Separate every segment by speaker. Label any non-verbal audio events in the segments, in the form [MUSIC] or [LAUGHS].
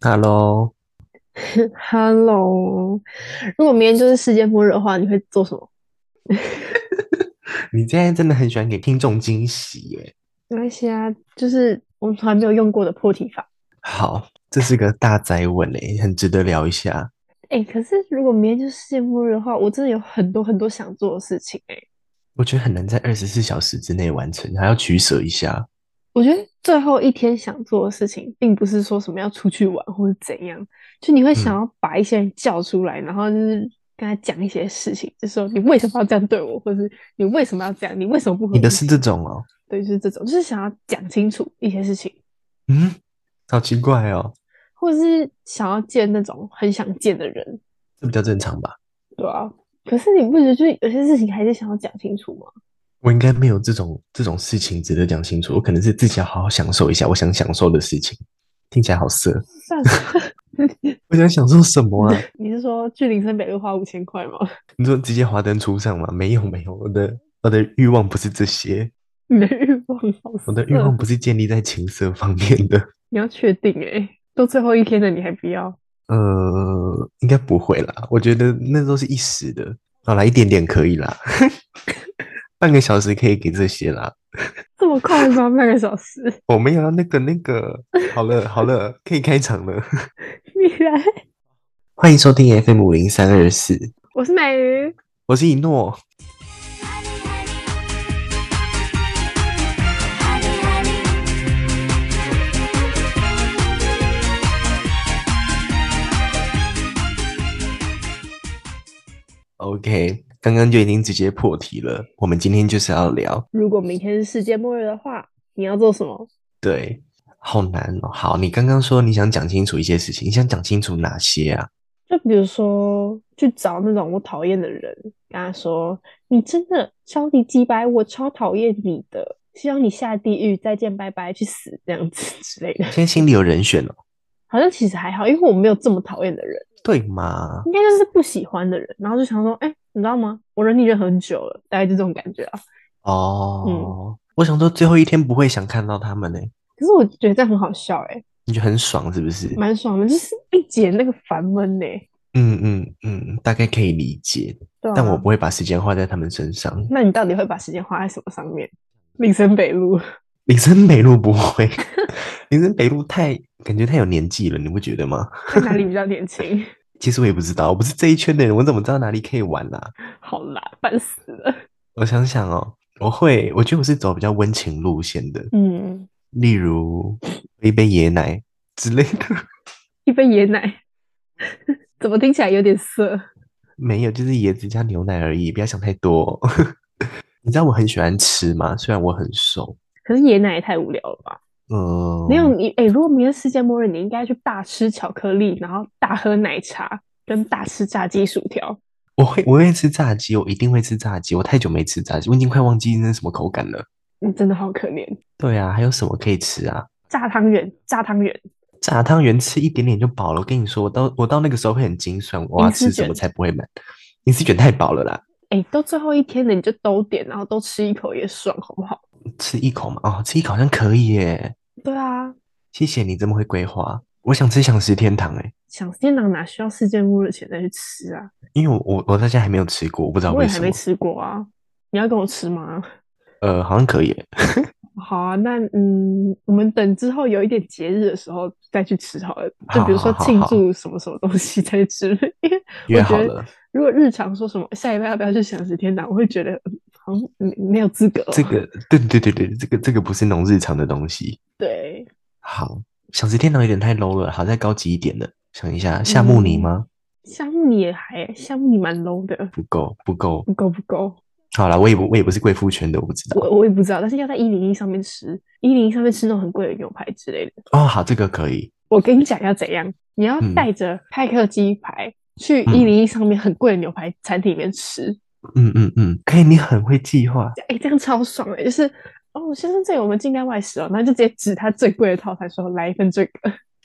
Speaker 1: Hello，
Speaker 2: [LAUGHS] Hello，如果明天就是世界末日的话，你会做什么？
Speaker 1: 你现在真的很喜欢给听众惊喜耶。
Speaker 2: 没关系啊，就是我们从来没有用过的破题法。
Speaker 1: 好，这是个大宅文诶，很值得聊一下。
Speaker 2: 哎、可是如果明天就是世界末日的话，我真的有很多很多想做的事情哎、
Speaker 1: 我觉得很难在二十四小时之内完成，还要取舍一下。
Speaker 2: 我觉得最后一天想做的事情，并不是说什么要出去玩或者怎样，就你会想
Speaker 1: 嗯
Speaker 2: 要把一些人叫出来，然后就是跟他讲一些事情，就说你为什么要这样对我，或是你为什么要这样，你为什么不和
Speaker 1: 你的
Speaker 2: 我一
Speaker 1: 是
Speaker 2: 起
Speaker 1: 这种哦，
Speaker 2: 对，就是这种，就是想要讲清楚一些事情。
Speaker 1: 嗯，好奇怪哦，
Speaker 2: 或者是想要见那种很想见的人，
Speaker 1: 这比较正常吧？
Speaker 2: 对啊。可是你不觉得就是有些事情还是想要讲清楚吗？
Speaker 1: 我应该没有这种这种事情值得讲清楚，我可能是自己要好好享受一下我想享受的事情。听起来好色，
Speaker 2: 算了， [LAUGHS]
Speaker 1: 我想享受什么啊？
Speaker 2: 你是说去林森北路花五千块吗？
Speaker 1: 你说直接华灯初上吗？没有没有，我的我的欲望不是这些，
Speaker 2: 你的欲望好色，
Speaker 1: 我的欲望不是建立在情色方面的。
Speaker 2: 你要确定诶、都最后一天了，你还不要？
Speaker 1: 呃，应该不会啦，我觉得那都是一时的，好啦，一点点可以啦， [LAUGHS] 半个小时可以给这些啦。
Speaker 2: 这么快吗？ [LAUGHS] 半个小时？
Speaker 1: 我们要那个那个，好了好了，可以开场了。 [LAUGHS]
Speaker 2: 你来， [LAUGHS]
Speaker 1: 欢迎收听 FM 五零三二四，
Speaker 2: 我是美鱼，
Speaker 1: 我是一诺。OK，刚刚就已经直接破题了，我们今天就是要聊，
Speaker 2: 如果明天是世界末日的话，你要做什么？
Speaker 1: 对，好难哦。好，你刚刚说你想讲清楚一些事情，你想讲清楚哪些啊？
Speaker 2: 就比如说，去找那种我讨厌的人，跟他说：“你真的超级鸡掰，我超讨厌你的，希望你下地狱，再见，拜拜，去死，这样子之类的。 [LAUGHS]
Speaker 1: 现在心里有人选哦，”
Speaker 2: 好像其实还好，因为我没有这么讨厌的人，
Speaker 1: 对嘛？
Speaker 2: 应该就是不喜欢的人，然后就想说：“哎、你知道吗？我忍你忍很久了，大概就这种感觉啊。
Speaker 1: 哦，我想说最后一天不会想看到他们呢、”
Speaker 2: 可是我觉得这样很好笑、欸，
Speaker 1: 你觉得很爽是不是？
Speaker 2: 蛮爽的，就是一解那个烦闷呢、欸
Speaker 1: 嗯嗯嗯，大概可以理解，
Speaker 2: 对啊，
Speaker 1: 但我不会把时间花在他们身上。 [LAUGHS]
Speaker 2: 那你到底会把时间花在什么上面？林森
Speaker 1: [LAUGHS]
Speaker 2: 北路，
Speaker 1: 林森北路不会， [LAUGHS] 林森北路太感觉太有年纪了，你不觉得吗？
Speaker 2: 在哪里比较年轻？ [LAUGHS]
Speaker 1: 其实我也不知道，我不是这一圈的人，我怎么知道哪里可以玩啦、
Speaker 2: 好啦，烦死了。
Speaker 1: 我想想哦，我会，我觉得我是走比较温情路线的，
Speaker 2: 嗯，
Speaker 1: 例如喝一杯椰奶之类的。 [LAUGHS]
Speaker 2: 一杯椰奶，
Speaker 1: 嗯
Speaker 2: [LAUGHS] 怎么听起来有点涩？
Speaker 1: 没有，就是椰子加牛奶而已，不要想太多 [LAUGHS] 哦、你知道我很喜欢吃吗？虽然我很瘦，
Speaker 2: 可是椰奶也太无聊了吧？
Speaker 1: 嗯，
Speaker 2: 没有你，哎、如果明天世界末日，你应该去大吃巧克力，然后大喝奶茶，跟大吃炸鸡薯条。
Speaker 1: 我会我会吃炸鸡，我一定会吃炸鸡。我太久没吃炸鸡，我已经快忘记那是什么口感了。
Speaker 2: 你嗯真的好可怜，
Speaker 1: 对啊，还有什么可以吃啊？
Speaker 2: 炸汤圆，炸汤圆，
Speaker 1: 炸汤圆吃一点点就饱了。我跟你说，我到我到那个时候会很精算，我要
Speaker 2: 银丝
Speaker 1: 吃什么
Speaker 2: 卷
Speaker 1: 才不会满？银丝卷太饱了啦，
Speaker 2: 哎、都最后一天了，你就都点，然后都吃一口也爽，好不好？
Speaker 1: 吃一口嘛，哦，吃一口好像可以耶。
Speaker 2: 对啊，
Speaker 1: 谢谢你这么会规划。我想吃享食天堂欸诶，
Speaker 2: 想天堂哪需要世界末日前再去吃啊？
Speaker 1: 因为我我我到现在还没有吃过，我不知道
Speaker 2: 我
Speaker 1: 为
Speaker 2: 也还
Speaker 1: 什么
Speaker 2: 没。吃过啊，你要跟我吃吗？
Speaker 1: 呃，好像可以耶。
Speaker 2: 好啊，那嗯，我们等之后有一点节日的时候再去吃好了。就比如说
Speaker 1: 好好好
Speaker 2: 庆
Speaker 1: 好
Speaker 2: 祝什么什么东西再吃，因为
Speaker 1: 约
Speaker 2: 我
Speaker 1: 好
Speaker 2: 觉得
Speaker 1: 了，
Speaker 2: 如果日常说什么下礼拜要不要去享食天堂，我会觉得嗯好像没没有资格哦。
Speaker 1: 这个对对对对，这个这个不是那种日常的东西。
Speaker 2: 对，
Speaker 1: 好，想吃天堂有点太 low 了，好再高级一点的。想一下，夏目你吗？
Speaker 2: 夏目你也还夏目你蛮 low 的，
Speaker 1: 不够，不够。
Speaker 2: 不够不够，
Speaker 1: 好啦，我也不，我也不是贵妇圈的，我不知道。
Speaker 2: 我我也不知道，但是要在一零一上面吃，一零一上面吃那种很贵的牛排之类的。
Speaker 1: 哦，好，这个可以。
Speaker 2: 我跟你讲要怎样，你要
Speaker 1: 嗯
Speaker 2: 带着派克鸡排去
Speaker 1: 嗯
Speaker 2: 一零一上面很贵的牛排餐厅里面吃。
Speaker 1: 嗯嗯嗯，哎、你很会计划。
Speaker 2: 哎、这样超爽哎、就是哦，先生，这个我们尽量外食哦，然后就直接指他最贵的套餐说来一份这个。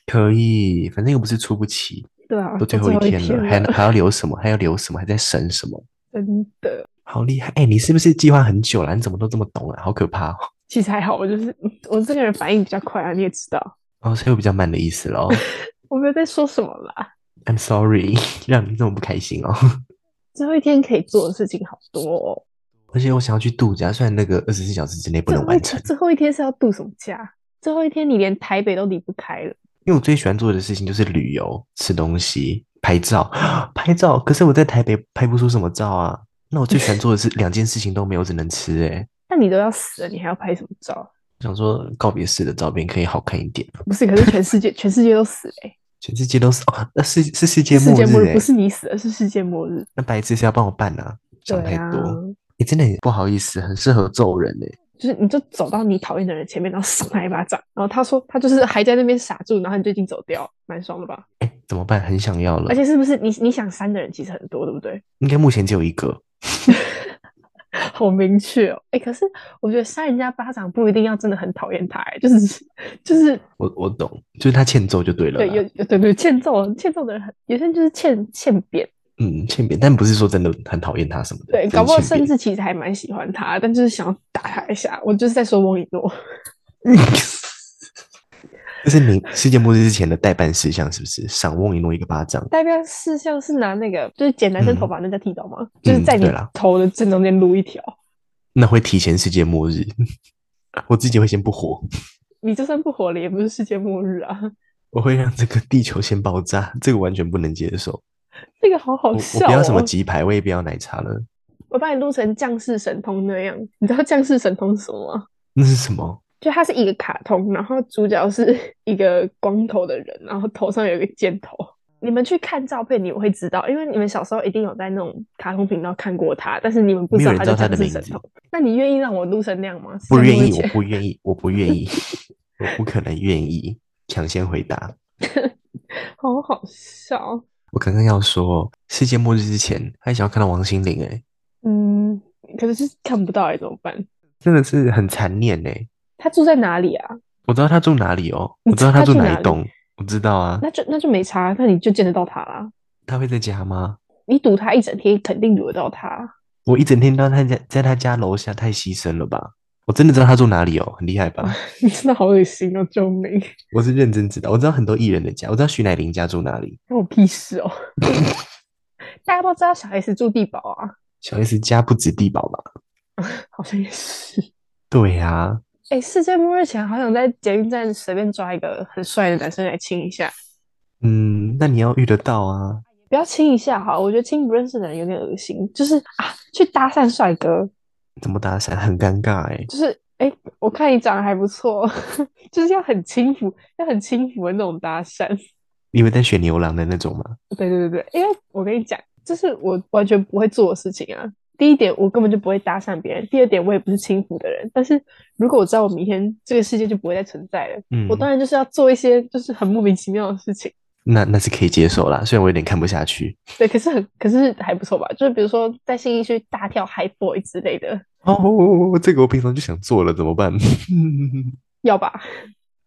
Speaker 1: 可以，反正又不是出不起，
Speaker 2: 对啊，
Speaker 1: 都最后
Speaker 2: 一
Speaker 1: 一天了，还
Speaker 2: 了
Speaker 1: 还要留什么？还要留什么？还在省什么？
Speaker 2: 真的，
Speaker 1: 好厉害！哎、你是不是计划很久了？你怎么都这么懂啊？好可怕哦！
Speaker 2: 其实还好，我就是我这个人反应比较快啊，你也知道，
Speaker 1: 哦，所以我比较慢的意思喽。
Speaker 2: 我没有又在说什么啦？
Speaker 1: I'm sorry，让你这么不开心哦。 [LAUGHS]
Speaker 2: 最后一天可以做的事情好多哦。
Speaker 1: 而且我想要去度假，虽然那个二十四小时之内不能完成，
Speaker 2: 最后一天是要度什么假？最后一天你连台北都离不开了。
Speaker 1: 因为我最喜欢做的事情就是旅游、吃东西、拍照、 [GASPS] 拍照。可是我在台北拍不出什么照啊。那我最喜欢做的是两件事情都没有，只能吃诶、
Speaker 2: 那你都要死了，你还要拍什么照？
Speaker 1: 我想说告别式的照片可以好看一点。
Speaker 2: 不是，可是全世界 [LAUGHS] 全世界都死了欸、
Speaker 1: 全世界都是哦，那是是世界
Speaker 2: 世
Speaker 1: 末
Speaker 2: 界末
Speaker 1: 日欸
Speaker 2: 日
Speaker 1: 诶、
Speaker 2: 不是你死了，是世界末日。
Speaker 1: 那白痴是要帮我办啊，想
Speaker 2: 对
Speaker 1: 太
Speaker 2: 啊
Speaker 1: 多。，你、真的很不好意思，很适合揍人欸诶、
Speaker 2: 就是你就走到你讨厌的人前面，然后赏他一巴掌，然后他说他就是还在那边傻住，然后你就已经走掉，蛮爽的吧？
Speaker 1: 怎么办？很想要了，
Speaker 2: 而且是不是你你想删的人其实很多，对不对？ [LAUGHS]
Speaker 1: 应该目前只有一个。
Speaker 2: 好明确哦。哎、可是我觉得扇人家巴掌不一定要真的很讨厌他、欸，就是就是
Speaker 1: 我我懂，就是他欠揍就对了啊啦。
Speaker 2: 对有有对对欠揍欠揍的人很，有些人就是欠欠扁，
Speaker 1: 嗯，欠扁，但不是说真的很讨厌他什么的。
Speaker 2: 对，
Speaker 1: 只是
Speaker 2: 搞不好
Speaker 1: 哦欠扁
Speaker 2: 甚至其实还蛮喜欢他，但就是想要打他一下。我就是在说翁一诺，
Speaker 1: [LAUGHS] 这是你世界末日之前的代办事项，是不是？赏翁一诺一个巴掌，
Speaker 2: 代表事项是拿那个就是剪男生头发那叫剃刀吗？就是
Speaker 1: 嗯
Speaker 2: 在你
Speaker 1: 对啦
Speaker 2: 头的正中间撸一条。
Speaker 1: 那会提前世界末日。 [LAUGHS] 我自己会先不活，
Speaker 2: 你就算不火了，也不是世界末日啊！
Speaker 1: 我会让这个地球先爆炸，这个完全不能接受。
Speaker 2: 这个好好
Speaker 1: 我我
Speaker 2: 笑、哦、
Speaker 1: 不要什么鸡排，我也不要奶茶了，
Speaker 2: 我把你录成降世神通那样。你知道降世神通是什么吗？
Speaker 1: 那是什么？
Speaker 2: 就它是一个卡通，然后主角是一个光头的人，然后头上有一个箭头。你们去看照片，你们会知道，因为你们小时候一定有在那种卡通频道看过他，但是你们不知道
Speaker 1: 没有人知
Speaker 2: 叫
Speaker 1: 道他
Speaker 2: 降
Speaker 1: 的
Speaker 2: 世
Speaker 1: 名
Speaker 2: 神
Speaker 1: 字
Speaker 2: 通。那你愿意让我录成那样吗？
Speaker 1: 不
Speaker 2: 世界
Speaker 1: 愿
Speaker 2: 末日
Speaker 1: 意，我
Speaker 2: 前
Speaker 1: 不愿意，我不愿意， [LAUGHS] 我不可能愿意。抢先回答，
Speaker 2: 好好笑。
Speaker 1: 我刚刚要说世界末日之前，还想要看到王心凌、欸，哎，
Speaker 2: 嗯，可是就是看不到哎、怎么办？
Speaker 1: 真的是很残念哎、
Speaker 2: 他住在哪里啊？
Speaker 1: 我知道他住哪里哦，
Speaker 2: 你
Speaker 1: 我知道他住
Speaker 2: 知道他住
Speaker 1: 哪
Speaker 2: 哪
Speaker 1: 一
Speaker 2: 里
Speaker 1: 栋，我知道啊。
Speaker 2: 那就那就没差，那你就见得到他啦。
Speaker 1: 他会在家吗？
Speaker 2: 你堵他一整天，肯定堵得到他。
Speaker 1: 我一整天都在他家，在他家楼下，太牺牲了吧！我真的知道他住哪里哦，很厉害吧？
Speaker 2: [LAUGHS] 你真的好恶心哦！救命！
Speaker 1: 我是认真知道，我知道很多艺人的家，我知道徐乃麟家住哪里，
Speaker 2: 关我屁事哦！ [LAUGHS] 大家都知道小 S 住地堡啊， [LAUGHS]
Speaker 1: 小 S 家不止地堡吧？
Speaker 2: 好像也是。
Speaker 1: 对啊呀、
Speaker 2: 哎、世界末日前好想在捷运站随便抓一个很帅的男生来亲一下，
Speaker 1: 嗯，那你要遇得到啊，
Speaker 2: 不要亲一下哈，我觉得亲不认识的人有点恶心。就是啊，去搭讪帅哥，
Speaker 1: 怎么搭讪很尴尬哎、
Speaker 2: 就是哎、诶我看你长得还不错， [LAUGHS] 就是要很轻浮，要很轻浮的那种搭讪。
Speaker 1: 你以为在选牛郎的那种吗？
Speaker 2: 对对对对，因为我跟你讲，这是我完全不会做的事情啊。第一点，我根本就不会搭讪别人；第二点，我也不是轻浮的人。但是如果我知道我明天这个世界就不会再存在了，
Speaker 1: 嗯，
Speaker 2: 我当然就是要做一些就是很莫名其妙的事情。
Speaker 1: 那那是可以接受啦，虽然我有点看不下去
Speaker 2: 对，可是很可是还不错吧？就是比如说在信义区大跳 High Boy 之类的，
Speaker 1: 哦，这个我平常就想做了，怎么办？ [LAUGHS]
Speaker 2: 要吧？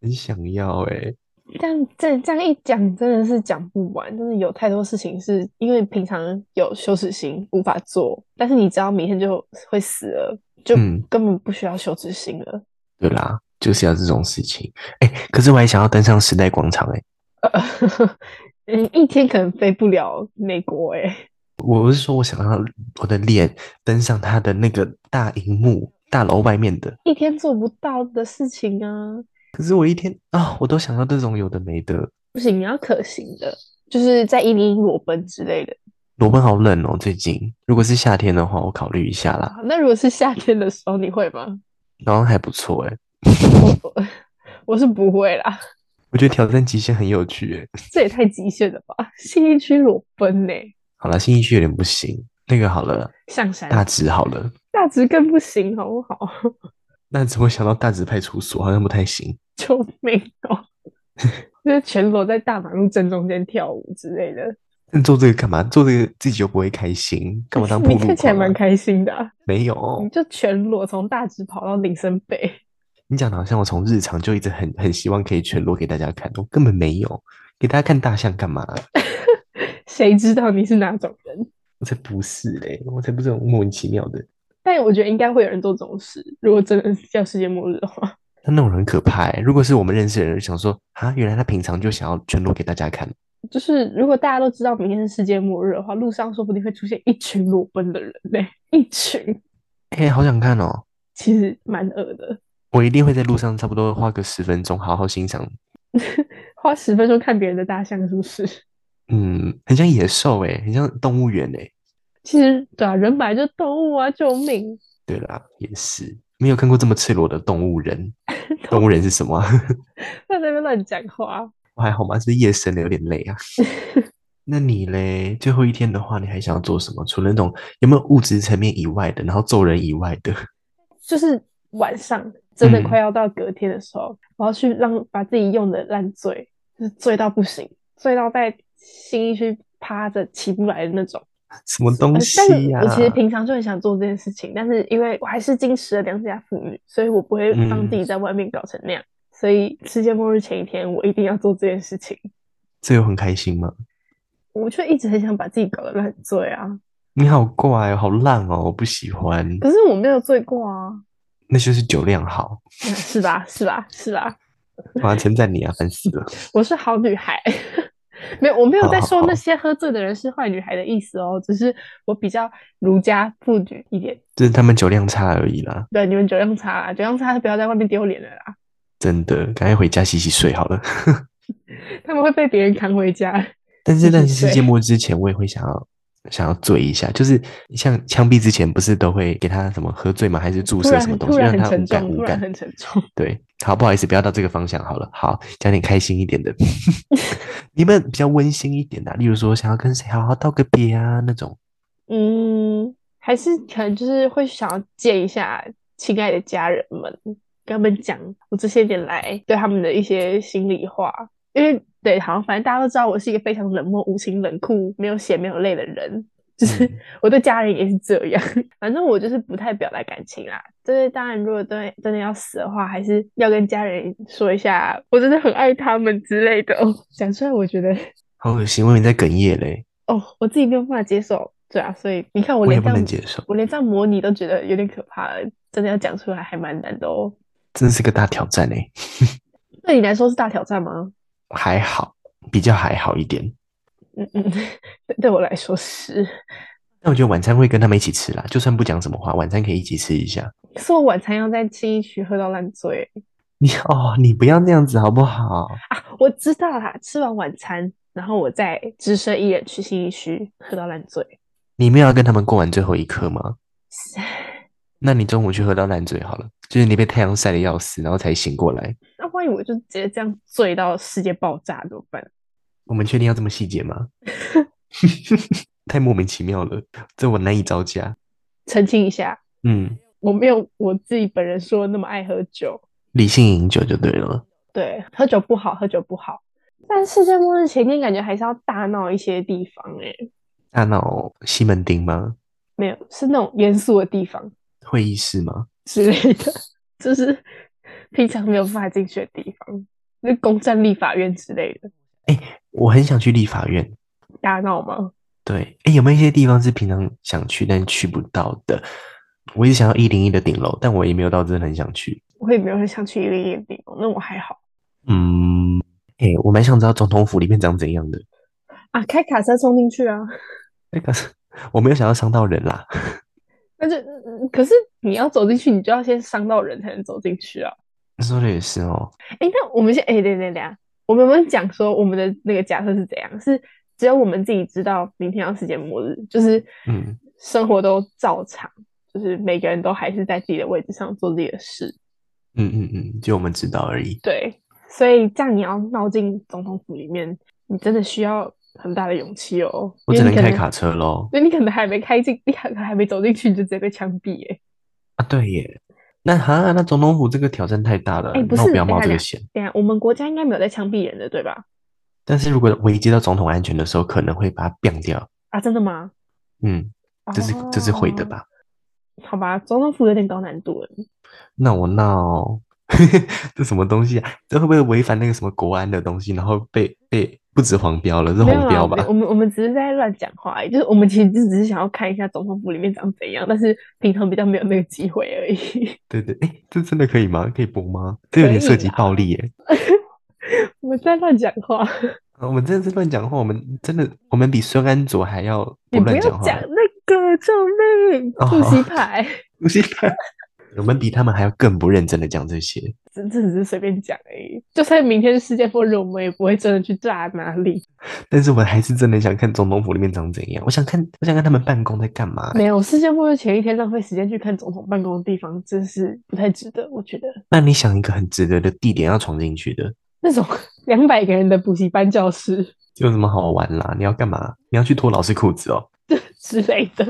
Speaker 1: 很想要哎、
Speaker 2: 这样这这样一讲，真的是讲不完，真的有太多事情是因为平常有羞耻心无法做，但是你知道明天就会死了，就
Speaker 1: 嗯
Speaker 2: 根本不需要羞耻心了。
Speaker 1: 对啦，就是要这种事情。哎、可是我还想要登上时代广场哎、
Speaker 2: 呃， [LAUGHS] 嗯，一天可能飞不了美国诶、
Speaker 1: 我我是说，我想让我的脸登上他的那个大荧幕，大楼外面的。
Speaker 2: 一天做不到的事情啊，
Speaker 1: 可是我一天啊、我都想要这种有的没的。
Speaker 2: 不行，你要可行的，就是在一零一裸奔之类的。
Speaker 1: 罗本好冷哦，最近。如果是夏天的话，我考虑一下啦，
Speaker 2: 啊那如果是夏天的时候，你会吗？
Speaker 1: 然后还不错哎、
Speaker 2: 我我我是不会啦，
Speaker 1: 我觉得挑战极限很有趣哎、
Speaker 2: 这也太极限了吧！信义区裸奔呢、
Speaker 1: 好啦，新一区有点不行，那个好了，
Speaker 2: 上山
Speaker 1: 大直好了，
Speaker 2: 大直更不行，好不好？ [LAUGHS]
Speaker 1: 那只会想到大直派出所好像不太行。
Speaker 2: 救命哦！ [LAUGHS] 就是全裸在大马路正中间跳舞之类的，
Speaker 1: 但做这个干嘛？做这个自己又不会开心，干嘛当铺
Speaker 2: [LAUGHS] 你
Speaker 1: 路
Speaker 2: 看起来
Speaker 1: 狂啊
Speaker 2: 蛮开心的啊、
Speaker 1: 没有，
Speaker 2: 你就全裸从大直跑到林森北，
Speaker 1: 你讲的好像我从日常就一直很很希望可以全裸给大家看，我根本没有给大家看大象干嘛？ [LAUGHS]
Speaker 2: 谁知道你是哪种人？
Speaker 1: 我才不是嘞，我才不是这种莫名其妙的。
Speaker 2: 但我觉得应该会有人做这种事。如果真的要世界末日的话，
Speaker 1: 那那种人很可怕欸。如果是我们认识的人，想说啊，原来他平常就想要全裸给大家看，
Speaker 2: 就是如果大家都知道明天是世界末日的话，路上说不定会出现一群裸奔的人呢、一群，
Speaker 1: 哎、好想看哦！
Speaker 2: 其实蛮恶的。
Speaker 1: 我一定会在路上差不多花个十分钟，好好欣赏。
Speaker 2: 花十分钟看别人的大象是不是？
Speaker 1: 嗯，很像野兽哎、很像动物园哎、
Speaker 2: 其实对啊，人本来就是动物啊，救命！
Speaker 1: 对啦，也是没有看过这么赤裸的动物人。动物人是什么啊、
Speaker 2: 在那边乱讲话。啊
Speaker 1: 我还好吗？是不是夜深了有点累
Speaker 2: [LAUGHS]
Speaker 1: 啊？那你嘞？最后一天的话，你还想要做什么？除了那种有没有物质层面以外的，然后揍人以外的？ [LAUGHS]
Speaker 2: 就是晚上真的
Speaker 1: 嗯
Speaker 2: 快要到隔天的时候，我要去让把自己用的烂醉，就是醉到不行，醉到在新一区趴着起不来的那种。
Speaker 1: 什么东
Speaker 2: 呃
Speaker 1: 西啊呀、
Speaker 2: 但是我其实平常就很想做这件事情，但是因为我还是矜持的良家妇女，所以我不会让自己在外面搞成那样。所以世界末日前一天，我一定要做这件事情。
Speaker 1: 这有很开心吗？
Speaker 2: 我却一直很想把自己搞得烂醉啊，
Speaker 1: 你好怪哦，好烂哦，我不喜欢。
Speaker 2: 可是我没有醉过啊， [LAUGHS]
Speaker 1: 那就是酒量好，
Speaker 2: 嗯是吧？是吧？是吧？
Speaker 1: 我要称赞你啊，烦死
Speaker 2: [LAUGHS]
Speaker 1: 了。
Speaker 2: 我是好女孩。 [LAUGHS] 没有，我没有在
Speaker 1: 好
Speaker 2: 说
Speaker 1: 哦好好
Speaker 2: 那些喝醉的人是坏女孩的意思哦，只是我比较儒家妇女一点。
Speaker 1: 就是他们酒量差而已啦，
Speaker 2: 对，你们酒量差啊，酒量差不要在外面丢脸了啦，
Speaker 1: 真的，赶快回家洗洗睡好了。 [LAUGHS]
Speaker 2: 他们会被别人扛回家。
Speaker 1: 但是，
Speaker 2: 洗洗
Speaker 1: 但是世界
Speaker 2: 睡
Speaker 1: 末日之前，我也会想要想要醉一下，就是像枪毙之前，不是都会给他什么喝醉吗？还是注
Speaker 2: 突
Speaker 1: 射
Speaker 2: 然
Speaker 1: 什么
Speaker 2: 很
Speaker 1: 东
Speaker 2: 突
Speaker 1: 西
Speaker 2: 然
Speaker 1: 让
Speaker 2: 很
Speaker 1: 他无
Speaker 2: 沉
Speaker 1: 感
Speaker 2: 重，
Speaker 1: 无
Speaker 2: 突然
Speaker 1: 感？
Speaker 2: 很沉重。
Speaker 1: 对，好，不好意思，不要到这个方向好了。好，讲点开心一点的， [LAUGHS] 你们比较温馨一点的、啊例如说想要跟谁好好道个别啊那种。
Speaker 2: 嗯，还是可能就是会想要见一下亲爱的家人们，跟他们讲我这些年来对他们的一些心里话，因为对，好像反正大家都知道我是一个非常冷漠、无情、冷酷、没有血没有泪的人，就是
Speaker 1: 嗯
Speaker 2: [LAUGHS] 我对家人也是这样。反正我就是不太表达感情啦。就是当然，如果真的真的要死的话，还是要跟家人说一下，我真的很爱他们之类的。哦， [LAUGHS] 讲出来我觉得
Speaker 1: 好恶心，我以为你在哽咽嘞，
Speaker 2: 哦，我自己没有办法接受，对啊，所以你看
Speaker 1: 我
Speaker 2: 我
Speaker 1: 也
Speaker 2: 连
Speaker 1: 不
Speaker 2: 这样
Speaker 1: 能接受，
Speaker 2: 我连这样模拟都觉得有点可怕了，真的要讲出来还蛮难的哦。
Speaker 1: 真的是个大挑战哎。
Speaker 2: 对你来说是大挑战吗？
Speaker 1: 还好，比较还好一点。
Speaker 2: 嗯嗯， [LAUGHS] 对对我来说是。
Speaker 1: 但我觉得晚餐会跟他们一起吃啦，就算不讲什么话，晚餐可以一起吃一下。 [LAUGHS]
Speaker 2: 可是我晚餐要在新一区喝到烂醉
Speaker 1: 你哦，你不要那样子好不好？
Speaker 2: 啊！我知道啦，吃完晚餐，然后我再只身一人去新一区喝到烂醉。 [LAUGHS]
Speaker 1: 你没有要跟他们过完最后一刻吗？那你中午去喝到烂醉好了，就是你被太阳晒得要死，然后才醒过来。
Speaker 2: 那万一我就直接这样醉到世界爆炸怎么办？
Speaker 1: 我们确定要这么细节
Speaker 2: [LAUGHS]
Speaker 1: 吗？ [LAUGHS] 太莫名其妙了，这我难以招架。
Speaker 2: 澄清一下，
Speaker 1: 嗯，
Speaker 2: 我没有我自己本人说的那么爱喝酒。
Speaker 1: 理性饮酒就对了。
Speaker 2: 对，喝酒不好，喝酒不好。但世界末日前一天，感觉还是要大闹一些地方欸诶、
Speaker 1: 大脑西门町吗？
Speaker 2: 没有，是那种严肃的地方
Speaker 1: 会议室吗？
Speaker 2: 之类的，就是平常没有办法进去的地方，那公占立法院之类的，
Speaker 1: 我很想去立法院，
Speaker 2: 大闹吗？
Speaker 1: 对，哎，有没有一些地方是平常想去但去不到的？我一直想要一零一的顶楼，但我也没有到真的很想去。
Speaker 2: 我也没有很想去一零一的地方，那我还好
Speaker 1: 嗯，哎，我蛮想知道总统府里面长怎样的。
Speaker 2: 啊，开卡车冲进去啊，
Speaker 1: 那个是我没有想要伤到人啦， [LAUGHS]
Speaker 2: 那就、嗯可是你要走进去，你就要先伤到人才能走进去啊。
Speaker 1: 说的也是哦。
Speaker 2: 哎，那我们先哎，等等等下，我们有没有讲说我们的那个假设是怎样？是只有我们自己知道明天要世界末日，就是
Speaker 1: 嗯
Speaker 2: 生活都照常，就是每个人都还是在自己的位置上做自己的事，
Speaker 1: 嗯嗯嗯，就我们知道而已。
Speaker 2: 对。所以这样你要闹进总统府里面，你真的需要很大的勇气哦，
Speaker 1: 我
Speaker 2: 因
Speaker 1: 只能
Speaker 2: 为你可
Speaker 1: 开
Speaker 2: 能
Speaker 1: 卡，车喽。
Speaker 2: 对你可能还没开进，你还还没走进去，你就直接被枪毙耶。
Speaker 1: 啊，对耶。那哈，那总统府这个挑战太大了
Speaker 2: 哎，不
Speaker 1: 那我
Speaker 2: 是
Speaker 1: 不要冒这个
Speaker 2: 等一下等一
Speaker 1: 险。
Speaker 2: 等一下，我们国家应该没有在枪毙人的，对吧？
Speaker 1: 但是如果危及到总统安全的时候，可能会把它毙掉。
Speaker 2: 啊，真的吗？
Speaker 1: 嗯，这是这是会的
Speaker 2: 哦
Speaker 1: 吧？
Speaker 2: 好吧，总统府有点高难度了。
Speaker 1: 那我闹， [LAUGHS] 这什么东西啊？这会不会违反那个什么国安的东西？然后被被不止黄标了，是红
Speaker 2: 没有
Speaker 1: 标
Speaker 2: 啦没有
Speaker 1: 吧？
Speaker 2: 我们我们只是在乱讲话而已，就是我们其实就只是想要看一下总统府里面长怎样，但是平常比较没有那个机会而已。 [LAUGHS]
Speaker 1: 对对，哎，这真的可以吗？可以播吗？这有
Speaker 2: 可
Speaker 1: 点涉
Speaker 2: 以
Speaker 1: 及
Speaker 2: 啦
Speaker 1: 暴力耶。
Speaker 2: 我在乱讲话，
Speaker 1: 啊我们真的是乱讲话，我们真的，我们比孙安卓还要
Speaker 2: 你不
Speaker 1: 乱
Speaker 2: 要
Speaker 1: 讲话
Speaker 2: 讲，那个，救命！
Speaker 1: 哦
Speaker 2: 复习牌，
Speaker 1: 不是吧 [LAUGHS] 我们比他们还要更不认真的讲这些。
Speaker 2: 真真的只是随便讲而已。就算明天世界末日，我们也不会真的去炸哪里。
Speaker 1: 但是我还是真的想看总统府里面长怎样，我想看，我想看他们办公在干嘛。
Speaker 2: 没有，世界末日前一天浪费时间去看总统办公的地方，真是不太值得。我觉得
Speaker 1: 那你想一个很值得的地点要闯进去的，
Speaker 2: 那种 [LAUGHS] 两百个人的补习班教室
Speaker 1: 有什么好玩啦？你要干嘛？你要去脱老师裤子哦，
Speaker 2: 之类的，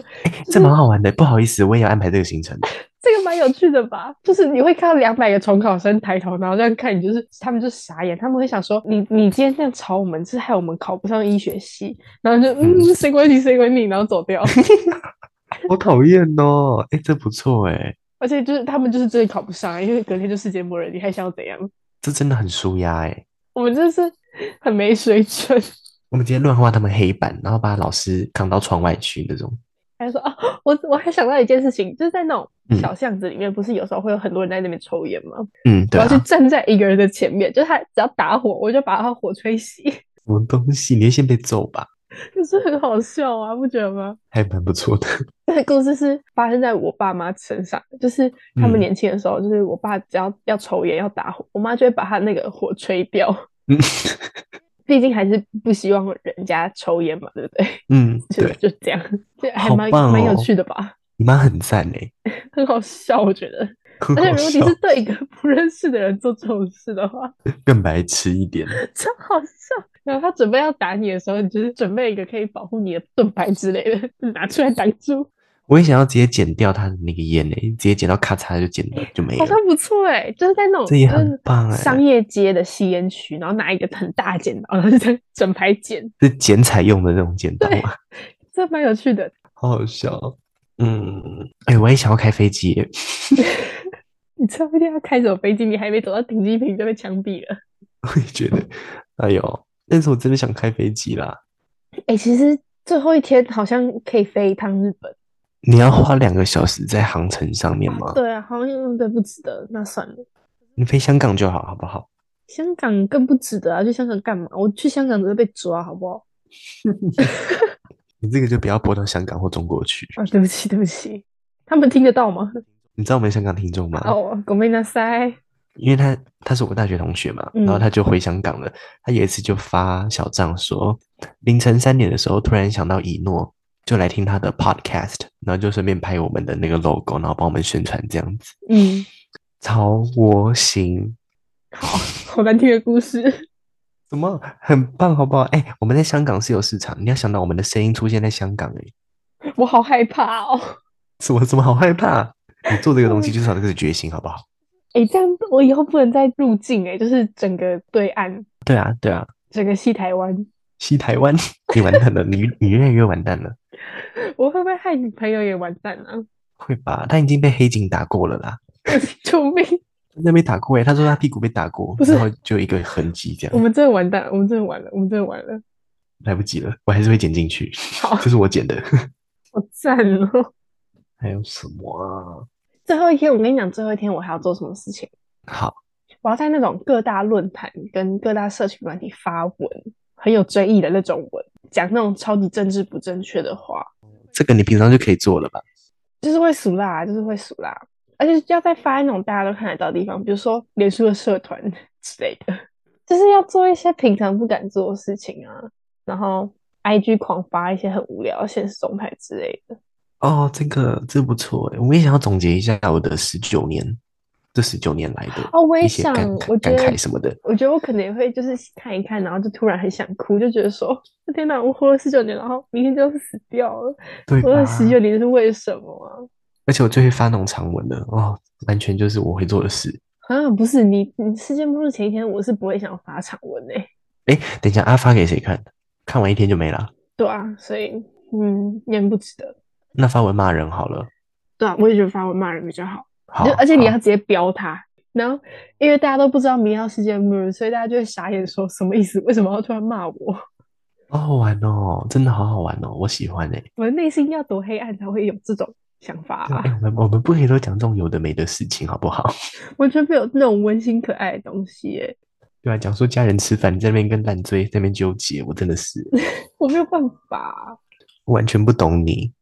Speaker 1: 这蛮好玩的。不好意思，我也要安排这个行程。
Speaker 2: 这个蛮有趣的吧？就是你会看到两百个重考生抬头，然后这样看你，就是他们就傻眼，他们会想说你你今天这样吵我们，是害我们考不上医学系，然后就嗯
Speaker 1: 嗯
Speaker 2: 谁管你谁管你，然后走掉。 [LAUGHS]
Speaker 1: 好讨厌哦！哎，这不错哎，
Speaker 2: 而且就是他们就是真的考不上，因为隔天就世界末日，你还想要怎样？
Speaker 1: 这真的很舒压哎。
Speaker 2: 我们真的是很没水准。 [LAUGHS]
Speaker 1: 我们直接乱画他们黑板，然后把老师扛到窗外去那种。
Speaker 2: 还说啊，我我还想到一件事情，就是在那种
Speaker 1: 嗯
Speaker 2: 小巷子里面，不是有时候会有很多人在那边抽烟吗？
Speaker 1: 嗯，对
Speaker 2: 我要
Speaker 1: 啊，
Speaker 2: 去站在一个人的前面，就是他只要打火，我就把他火吹熄， [LAUGHS]
Speaker 1: 什么东西？你会先被揍吧？
Speaker 2: 可是很好笑啊，不觉得吗？
Speaker 1: 还蛮不错的。
Speaker 2: 这个故事是发生在我爸妈身上，就是他们
Speaker 1: 嗯
Speaker 2: 年轻的时候，就是我爸只要要抽烟要打火，我妈就会把他那个火吹掉，
Speaker 1: 嗯
Speaker 2: [LAUGHS] 毕竟还是不希望人家抽烟嘛，对不 [LAUGHS] 对？
Speaker 1: 嗯，
Speaker 2: 就
Speaker 1: 对，
Speaker 2: 就这样，就还
Speaker 1: 好
Speaker 2: 蛮、
Speaker 1: 棒
Speaker 2: 蛮有
Speaker 1: 哦
Speaker 2: 趣的吧， [LAUGHS]
Speaker 1: 你妈很赞哎，
Speaker 2: 很好笑，我觉得。
Speaker 1: 很
Speaker 2: 而且
Speaker 1: 好
Speaker 2: 如果
Speaker 1: 笑
Speaker 2: 你是对一个不认识的人做这种事的话， [LAUGHS]
Speaker 1: 更白痴一点。
Speaker 2: 超好笑。然后他准备要打你的时候，你就是准备一个可以保护你的盾牌之类的， [LAUGHS] 就拿出来挡住，
Speaker 1: 我也想要直接剪掉他的那个烟诶，直接剪到咔嚓就剪了就没
Speaker 2: 好像
Speaker 1: 了，
Speaker 2: 不错哎、就是在那种
Speaker 1: 这也
Speaker 2: 就
Speaker 1: 很
Speaker 2: 是
Speaker 1: 棒哎、
Speaker 2: 商业街的吸烟区，然后拿一个很大的剪刀，然后就 [LAUGHS] 这样整排剪，
Speaker 1: 是剪彩用的那种剪刀
Speaker 2: 对 [LAUGHS]
Speaker 1: 吗？
Speaker 2: 这蛮有趣的。
Speaker 1: 好好笑哦。嗯，哎、我也想要开飞机耶， [LAUGHS]
Speaker 2: 你知道一定要开什么飞机，你还没走到停机坪就被枪毙了。
Speaker 1: 我也觉得，哎呦，但是我真的想开飞机啦。
Speaker 2: 哎、其实最后一天好像可以飞一趟日本。
Speaker 1: 你要花两个小时在航程上面吗？
Speaker 2: 对啊，好像对不值得，那算了。
Speaker 1: 你飞香港就好，好不好？
Speaker 2: 香港更不值得啊！去香港干嘛？我去香港只会被抓，好不好？
Speaker 1: 你这个就不要播到香港或中国去。
Speaker 2: 啊，对不起，对不起，他们听得到吗？
Speaker 1: 你知道我们香港听众吗？
Speaker 2: 哦，ごめんなさい。
Speaker 1: 因为他他是我大学同学嘛，
Speaker 2: 嗯
Speaker 1: 然后他就回香港了。他有一次就发小账说，凌晨三点的时候突然想到以诺，就来听他的 podcast，然后就顺便拍我们的那个 logo，然后帮我们宣传这样子，
Speaker 2: 嗯，
Speaker 1: 超窝心。
Speaker 2: 好难听的故事。 [LAUGHS]
Speaker 1: 怎么很棒，好不好？哎、我们在香港是有市场，你要想到我们的声音出现在香港、哎，
Speaker 2: 我好害怕哦。
Speaker 1: 什么什么好害怕？你做这个东西就是要有这个决心，好不好？
Speaker 2: 哎、这样我以后不能再入境哎、就是整个对岸，
Speaker 1: 对啊，对啊，
Speaker 2: 整个西台湾，
Speaker 1: 西台湾， [LAUGHS] 你完蛋了，你你越来越完蛋了，
Speaker 2: 我会不会害你朋友也完蛋啊？ [LAUGHS]
Speaker 1: 会吧？他已经被黑警打过了啦。
Speaker 2: 救命！
Speaker 1: 那被打过哎、欸，他说他屁股被打过，
Speaker 2: 不是
Speaker 1: 然后就一个痕迹这
Speaker 2: 我
Speaker 1: 样，
Speaker 2: 们真的完蛋，我们真的完了，我们真的完了。
Speaker 1: 来不及了，我还是会剪进去，
Speaker 2: 好，
Speaker 1: 这是我
Speaker 2: [LAUGHS]
Speaker 1: 剪的。
Speaker 2: 好赞哦。 [LAUGHS]
Speaker 1: 还有什么
Speaker 2: 最后一天，我跟你讲，最后一天我还要做什么事情？
Speaker 1: 啊？好，
Speaker 2: 我要在那种各大论坛跟各大社群软体发文，很有争议的那种文，讲那种超级政治不正确的话，
Speaker 1: 这个你平常就可以做了吧？
Speaker 2: 就是会俗辣，就是会俗辣，而且要在发在那种大家都看得到的地方，比如说脸书的社团 [LAUGHS] 之类的，就是要做一些平常不敢做的事情啊，然后 IG 狂发一些很无聊的现实动态之类的。
Speaker 1: 哦，这个这不错哎、我也想要总结一下我的十九年，这十九年来的
Speaker 2: 哦，我也
Speaker 1: 一些
Speaker 2: 想
Speaker 1: 感，
Speaker 2: 我
Speaker 1: 慨
Speaker 2: 觉
Speaker 1: 感
Speaker 2: 得
Speaker 1: 慨什么的。
Speaker 2: 我觉得我可能也会就是看一看，然后就突然很想哭，就觉得说，天哪，我活了十九年，然后明天就要死掉了，
Speaker 1: 对
Speaker 2: 活
Speaker 1: 吧
Speaker 2: 了十九年是为什么啊？
Speaker 1: 而且我最会发那种长文的哦，完全就是我会做的事。
Speaker 2: 啊，不是你，你世界末日前一天，我是不会想发长文诶、
Speaker 1: 哎，等一下，啊，发给谁看？看完一天就没了。
Speaker 2: 对啊，所以嗯，也不值得。
Speaker 1: 那发文骂人好了。
Speaker 2: 对啊，我也觉得发文骂人比较好，
Speaker 1: 好
Speaker 2: 就，而且你
Speaker 1: 好
Speaker 2: 要直接标他。然后，因为大家都不知道明天要世界末日，所以大家就会傻眼说什么意思？为什么要突然骂我？ [LAUGHS]
Speaker 1: 好好玩哦，真的好好玩哦，我喜欢哎、
Speaker 2: 我的内心要多黑暗才会有这种想法
Speaker 1: 对
Speaker 2: 啊
Speaker 1: 哎、？我们我们不可以都讲这种有的没的事情，好不好？ [LAUGHS]
Speaker 2: 完全没有那种温馨可爱的东西耶。
Speaker 1: 对啊，讲说家人吃饭，你在那边跟烂醉在那边纠结，我真的是
Speaker 2: 我没有办法，
Speaker 1: 完全不懂你。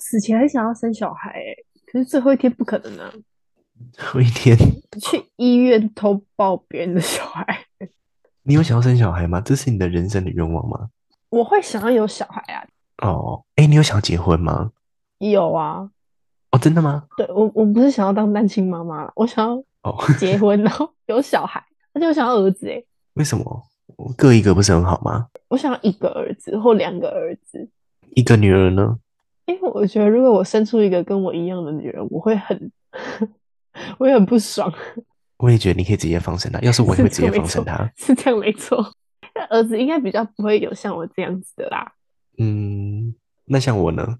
Speaker 2: 死前很想要生小孩、欸，可是最后一天不可能啊！
Speaker 1: 有一天，
Speaker 2: 去医院偷抱别人的小孩， [LAUGHS]
Speaker 1: 你有想要生小孩吗？这是你的人生的愿望吗？
Speaker 2: 我会想要有小孩啊，
Speaker 1: 哦，哎，你有想要结婚吗？
Speaker 2: 有啊，
Speaker 1: 哦，真的吗？
Speaker 2: 对我我不是想要当单亲妈妈啦，我想要
Speaker 1: 哦，
Speaker 2: 结婚，然后有小孩，而且我想要儿子、欸，
Speaker 1: 为什么？我各一个不是很好吗？
Speaker 2: 我想要一个儿子或两个儿子，
Speaker 1: 一个女儿呢？
Speaker 2: 因为我觉得，如果我生出一个跟我一样的女人，我会很， [LAUGHS] 我会很不爽。
Speaker 1: 我也觉得你可以直接放生她。要是我也会直接放生她。
Speaker 2: 是这样没错。 [LAUGHS] 那儿子应该比较不会有像我这样子的啦。
Speaker 1: 嗯，那像我呢？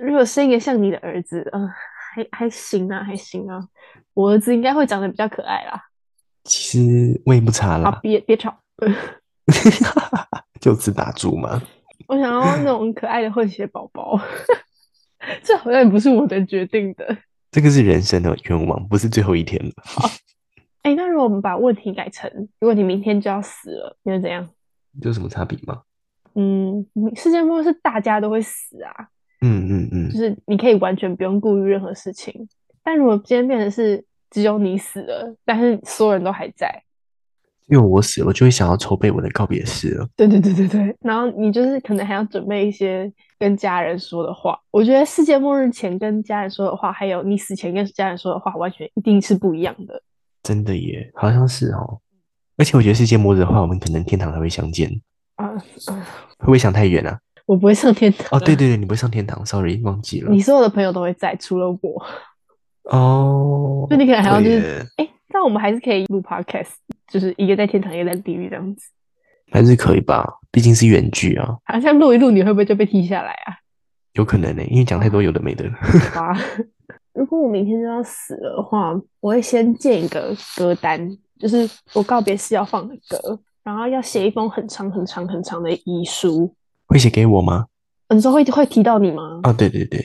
Speaker 2: 如果生一个像你的儿子，嗯、还还行啊，还行啊。我儿子应该会长得比较可爱啦。
Speaker 1: 其实我也不差
Speaker 2: 啊，
Speaker 1: 啦，
Speaker 2: 别别吵，
Speaker 1: [LAUGHS] 就此打住嘛。
Speaker 2: 我想要那种可爱的混血宝宝。 [LAUGHS] 这好像也不是我能决定的。
Speaker 1: 这个是人生的愿望，不是最后一天了。
Speaker 2: 哎，那如果我们把问题改成，如果你明天就要死了，你会怎样？
Speaker 1: 有什么差别吗？
Speaker 2: 嗯，世界末日是大家都会死啊。
Speaker 1: 嗯嗯嗯
Speaker 2: 就，是你可以完全不用顾虑任何事情。但如果今天变成是只有你死了，但是所有人都还在， [LAUGHS]
Speaker 1: 因为我死了，我就会想要筹备我的告别式了。
Speaker 2: 对对对对对，然后你就是可能还要准备一些跟家人说的话。我觉得世界末日前跟家人说的话，还有你死前跟家人说的话，完全一定是不一样的。
Speaker 1: 真的耶，好像是哦。而且我觉得世界末日的话，我们可能天堂才会相见，
Speaker 2: 啊、啊
Speaker 1: 会不会想太远啊？
Speaker 2: 我不会上天堂
Speaker 1: 哦，对对对，你不会上天堂，sorry，忘记了
Speaker 2: 啊你。所有的朋友都会在，除了我。
Speaker 1: 哦，
Speaker 2: 所以你可能还要就是
Speaker 1: 对耶
Speaker 2: 哎，但我们还是可以录 podcast，就是一个在天堂，一个在地狱这样子。
Speaker 1: 还是可以吧，毕竟是远距啊，
Speaker 2: 好像录一录，你会不会就被踢下来啊？
Speaker 1: 有可能呢，因为讲太多有的没的。
Speaker 2: 吧。 [LAUGHS] 如果我明天就要死了的话，我会先建一个歌单，就是我告别式要放的歌，然后要写一封很长很长很长的遗书。
Speaker 1: 会写给我吗？
Speaker 2: 你说会会提到你吗？
Speaker 1: 啊，对对对，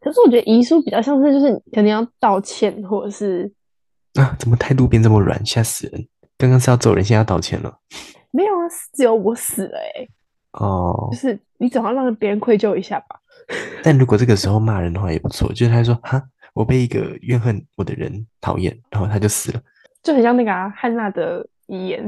Speaker 2: 可是我觉得遗书比较像是就是可能要道歉，或者是
Speaker 1: 啊，怎么态度变这么软，吓死人！刚刚是要走人，现在要道歉了。
Speaker 2: 没有啊，只有我死了哎、
Speaker 1: 哦
Speaker 2: 就，是你总要让别人愧疚一下吧。
Speaker 1: 但如果这个时候骂人的话也不错，就是他说哈，我被一个怨恨我的人讨厌，然后他就死了。
Speaker 2: 就很像那个、啊、汉娜的遗言，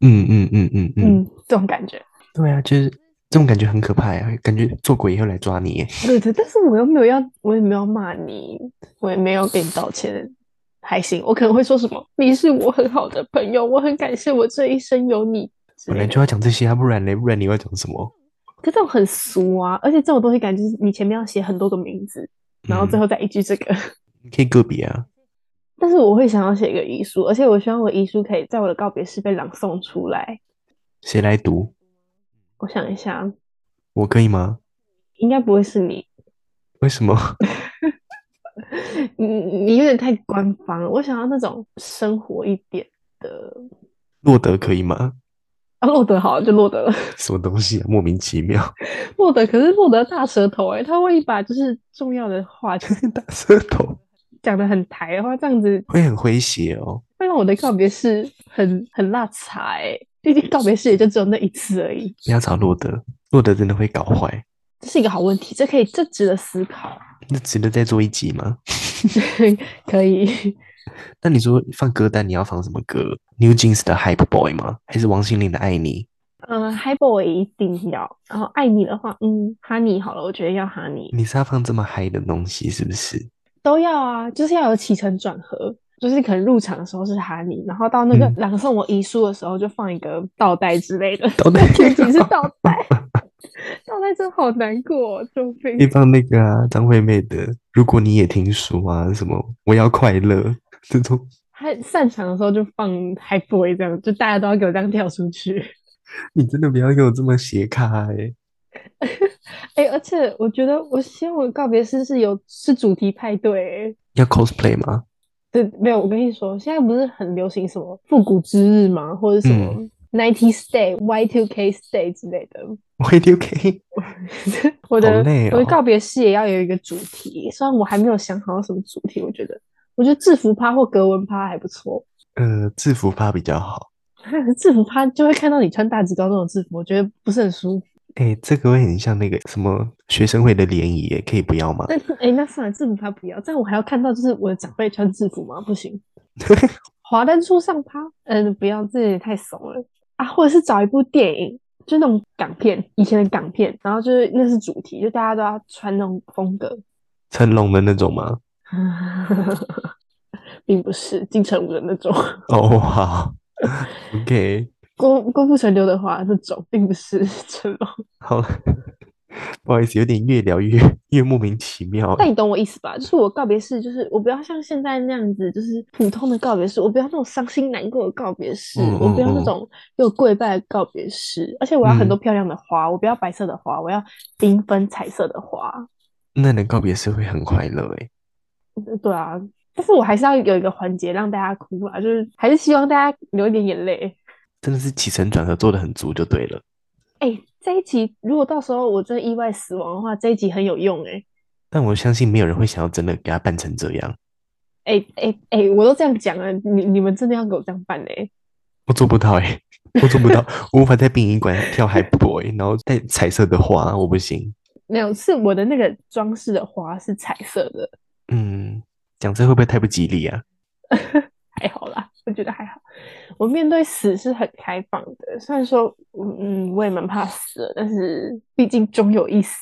Speaker 1: 嗯嗯嗯嗯嗯，
Speaker 2: 嗯，这种感觉。
Speaker 1: 对啊，就是这种感觉很可怕呀，感觉做鬼也会来抓你耶。
Speaker 2: 对对，但是我又没有要，我也没有骂你，我也没有给你道歉，还行。我可能会说什么：“你是我很好的朋友，我很感谢我这一生有你。”之
Speaker 1: 本
Speaker 2: 类
Speaker 1: 来
Speaker 2: 的。
Speaker 1: 就要讲这些啊，不然嘞，不然你要讲什么？
Speaker 2: 可这种很俗啊，而且这种东西感觉就是你前面要写很多个名字，然后最
Speaker 1: 后、
Speaker 2: 后再一句这个。
Speaker 1: 嗯
Speaker 2: [LAUGHS]
Speaker 1: 你可以个别啊，
Speaker 2: 但是我会想要写一个遗书，而且我希望我遗书可以在我的告别式被朗诵出来。
Speaker 1: 谁来读？
Speaker 2: 我想一下，
Speaker 1: 我可以吗？
Speaker 2: 应该不会是你，
Speaker 1: 为什么？ [LAUGHS]
Speaker 2: 你你有点太官方了。我想要那种生活一点的。
Speaker 1: 洛德可以吗？
Speaker 2: 啊，洛德好了，就洛德了。 [LAUGHS]
Speaker 1: 什么东西啊，莫名其妙， [LAUGHS]
Speaker 2: 洛德可是洛德大舌头哎、他会把就是重要的话就是 [LAUGHS]
Speaker 1: 大舌头
Speaker 2: 讲的很台的话，这样子
Speaker 1: 会很诙谐哦。
Speaker 2: 会让我的告别式很很辣茶哎、毕竟告别式也就只有那一次而已，
Speaker 1: 你要找洛德，洛德真的会搞坏，
Speaker 2: 这是一个好问题，这可以这值得思考， [LAUGHS]
Speaker 1: 那值得再做一集吗？
Speaker 2: 可以。
Speaker 1: 那你说放歌单，你要放什么歌？New Jeans 的 Hype Boy 吗？还是王心凌的爱你？
Speaker 2: 嗯，Highball 一定要，然后爱你的话，嗯，Honey 好了，我觉得要 Honey
Speaker 1: 你是要放这么嗨的东西是不是？
Speaker 2: 都要啊，就是要有起承转合。就是可能入场的时候是 Honey，然后到那个
Speaker 1: 嗯
Speaker 2: 朗诵我遗书的时候就放一个倒带之类的，
Speaker 1: 倒
Speaker 2: [LAUGHS]
Speaker 1: 带
Speaker 2: 前几是倒带，
Speaker 1: [LAUGHS]
Speaker 2: 倒带真的好难过、哦，救
Speaker 1: 可以
Speaker 2: 命！
Speaker 1: 放那个啊，张惠妹的。如果你也听说啊，什么我要快乐这种，
Speaker 2: 他散场的时候就放 High Boy 这样，就大家都要给我这样跳出去。
Speaker 1: 你真的不要给我这么斜卡哎、
Speaker 2: 哎、而且我觉得我希望我的告别式是有是主题派对欸、
Speaker 1: 要 cosplay 吗？
Speaker 2: 对，没有，我跟你说，现在不是很流行什么复古之日吗？或者什么
Speaker 1: 嗯
Speaker 2: Ninety Stay、Y Two K Stay 之类的。
Speaker 1: 我也 [LAUGHS] OK。
Speaker 2: [LAUGHS] 我的、
Speaker 1: 好累哦
Speaker 2: 我的告别式也要有一个主题，虽然我还没有想好什么主题，我觉得我觉得制服趴或格纹趴还不错。
Speaker 1: 呃，制服趴比较好。
Speaker 2: 制服趴就会看到你穿大直高那种制服，我觉得不是很舒服。
Speaker 1: 哎，这个会很像那个什么学生会的联谊欸耶，可以不要吗？ [LAUGHS]
Speaker 2: 那哎，那算了，制服趴不要，这样我还要看到就是我的长辈穿制服吗？不行。华灯初上趴，嗯，不要，这也太怂了啊！或者是找一部电影，就那种港片，以前的港片，然后就是那是主题，就大家都要穿那种风格， [LAUGHS]
Speaker 1: 成龙的那种吗？
Speaker 2: 并不是金城武的那种，
Speaker 1: 哦，好 [LAUGHS] ，OK，
Speaker 2: 郭郭富城、刘德华那种，并不是成龙。
Speaker 1: 好了， [LAUGHS] 不好意思，有点越聊越越莫名其妙
Speaker 2: 但。你懂我意思吧？就是我告别式，就是我不要像现在那样子，就是普通的告别式，我不要那种伤心难过的告别式，
Speaker 1: 嗯嗯
Speaker 2: 我不要那
Speaker 1: 嗯
Speaker 2: 种又跪拜的告别式，而且我要很多漂亮的花，我不要白色的花，我要缤纷彩色的花。
Speaker 1: 那你的告别式会很快乐哎。
Speaker 2: 嗯对啊，但是我还是要有一个环节让大家哭啊，就是还是希望大家流一点眼泪。
Speaker 1: 真的是起承转合做的很足就对了。
Speaker 2: 哎、这一集如果到时候我真的意外死亡的话，这一集很有用哎、
Speaker 1: 但我相信没有人会想要真的给他办成这样，
Speaker 2: 哎哎哎，我都这样讲了，你你们真的要给我这样办嘞、
Speaker 1: 我做不到哎、我做不到，我无法在殡仪馆跳 Happy Boy，然后带彩色的花，我不行。
Speaker 2: 没有，是我的那个装饰的花是彩色的， [LAUGHS]
Speaker 1: 嗯，讲这会不会太不吉利啊？
Speaker 2: 还好啦，我觉得还好。我面对死是很开放的，虽然说，嗯嗯，我也蛮怕死的，但是毕竟终有一死，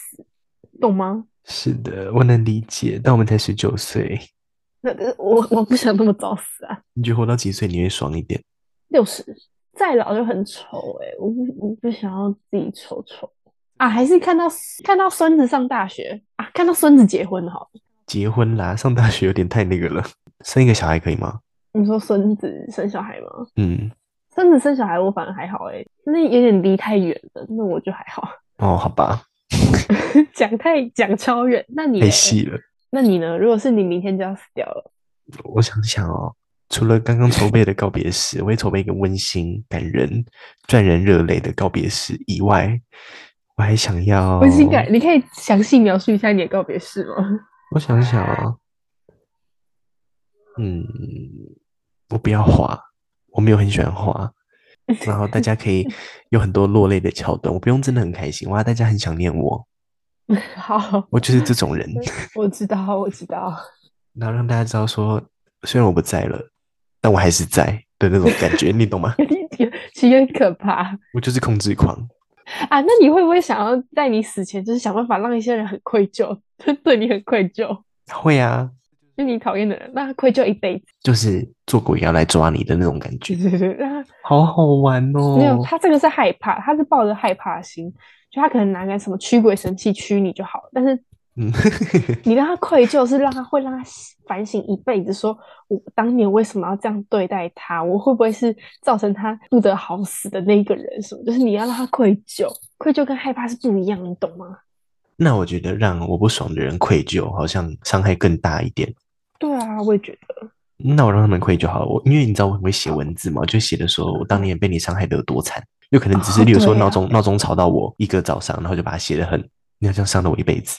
Speaker 2: 懂吗？
Speaker 1: 是的，我能理解，但我们才十九岁，
Speaker 2: 那个我我不想那么早死啊，
Speaker 1: 你觉得活到几岁你会爽一点？
Speaker 2: 六十再老就很丑哎、我不我不想要自己丑丑啊，还是看到看到孙子上大学啊，看到孙子结婚好了。
Speaker 1: 结婚啦，上大学有点太那个了，生一个小孩可以吗？
Speaker 2: 你说孙子生小孩吗？
Speaker 1: 嗯，
Speaker 2: 孙子生小孩我反而还好哎、那有点离太远了，那我就还好。 [LAUGHS]
Speaker 1: 哦，好吧，
Speaker 2: 讲太讲超远，那你
Speaker 1: 太
Speaker 2: 嘞
Speaker 1: 细了。
Speaker 2: 那你呢？如果是你明天就要死掉了，
Speaker 1: 我想想哦，除了刚刚筹备的告别式，我会筹备一个温馨、感人、赚人热泪的告别式以外，我还想要
Speaker 2: 温馨感，你可以详细描述一下你的告别式吗？
Speaker 1: 我想想啊，嗯，我不要花，我没有很喜欢花。然后大家可以有很多落泪的桥段，我不用真的很开心哇，大家很想念我，
Speaker 2: [LAUGHS] 好，
Speaker 1: 我就是这种人。
Speaker 2: 我知道，我知道。 [LAUGHS]
Speaker 1: 然后让大家知道说，虽然我不在了，但我还是在的那种感觉，你懂吗？ [LAUGHS]
Speaker 2: 有一点，其实有点可怕
Speaker 1: 我就是控制狂。
Speaker 2: 啊。那你会不会想要在你死前，就是想办法让一些人很愧疚， [LAUGHS] 就对你很愧疚，
Speaker 1: 会啊，
Speaker 2: 就你讨厌的人，让他愧疚一辈子？ [LAUGHS]
Speaker 1: 就是做鬼要来抓你的那种感
Speaker 2: 对
Speaker 1: 觉，
Speaker 2: 对对，让他
Speaker 1: 好好玩哦。
Speaker 2: 嗯没有，他这个是害怕，他是抱着害怕的心，就他可能拿个什么驱鬼神器驱你就好了，但是
Speaker 1: 嗯，
Speaker 2: 你让他愧疚，是让他会让他反省一辈子，说我当年为什么要这样对待他？我会不会是造成他不得好死的那一个人？什么？就是你要让他愧疚，愧疚跟害怕是不一样，你懂吗？
Speaker 1: 那我觉得让我不爽的人愧疚，好像伤害更大一点。
Speaker 2: 对啊，我也觉得。
Speaker 1: 那我让他们愧疚好了，我因为你知道我很会写文字嘛，我就写的说我当年被你伤害的有多惨，有可能只是
Speaker 2: 哦
Speaker 1: 例如说
Speaker 2: 对啊
Speaker 1: 闹钟、闹钟吵到我一个早上，然后就把它写的很，你好像伤了我一辈子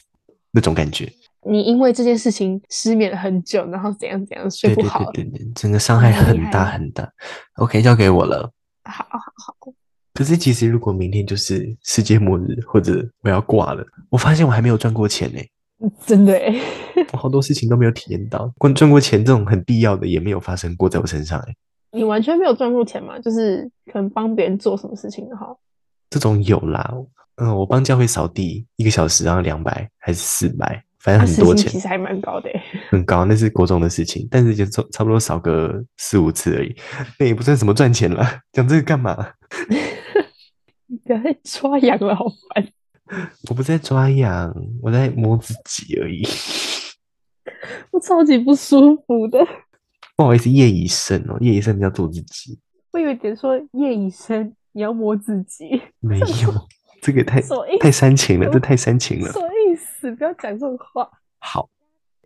Speaker 1: 那种感觉。
Speaker 2: 你因为这件事情失眠了很久，然后怎样怎样睡
Speaker 1: 对
Speaker 2: 不
Speaker 1: 对
Speaker 2: 好。
Speaker 1: 对对对，整个伤害
Speaker 2: 很厉
Speaker 1: 很
Speaker 2: 害
Speaker 1: 大很大。OK，交给我了。
Speaker 2: 好，
Speaker 1: 可是其实如果明天就是世界末日，或者我要挂了，我发现我还没有赚过钱呢、
Speaker 2: 真的欸
Speaker 1: 我好多事情都没有体验到，关赚过钱这种很必要的也没有发生过在我身上、欸，
Speaker 2: 你完全没有赚过钱嘛？就是可能帮别人做什么事情的话，
Speaker 1: 这种有啦，嗯，我帮教会扫地一个小时，然后两百还是四百，反
Speaker 2: 他
Speaker 1: 正很
Speaker 2: 时
Speaker 1: 多
Speaker 2: 薪
Speaker 1: 钱
Speaker 2: 其，实还蛮高的欸。 [LAUGHS]
Speaker 1: 很高，那是国中的事情，但是就差差不多扫个四五次而已， [LAUGHS] 那也不算什么赚钱了。 [LAUGHS] 讲这个干嘛？
Speaker 2: 不要再抓痒了，好烦。
Speaker 1: 我不在抓痒，我在摸自己而已。
Speaker 2: 我超级不舒服的。
Speaker 1: 不好意思，叶以胜哦，叶以胜要做自己，
Speaker 2: 我有点说叶以琛，你要摸自己， [LAUGHS]
Speaker 1: 没有，这个太
Speaker 2: 什么意
Speaker 1: 太煽情了，
Speaker 2: 我
Speaker 1: 这太煽情了
Speaker 2: 什。么意思？不要讲这种话。
Speaker 1: 好，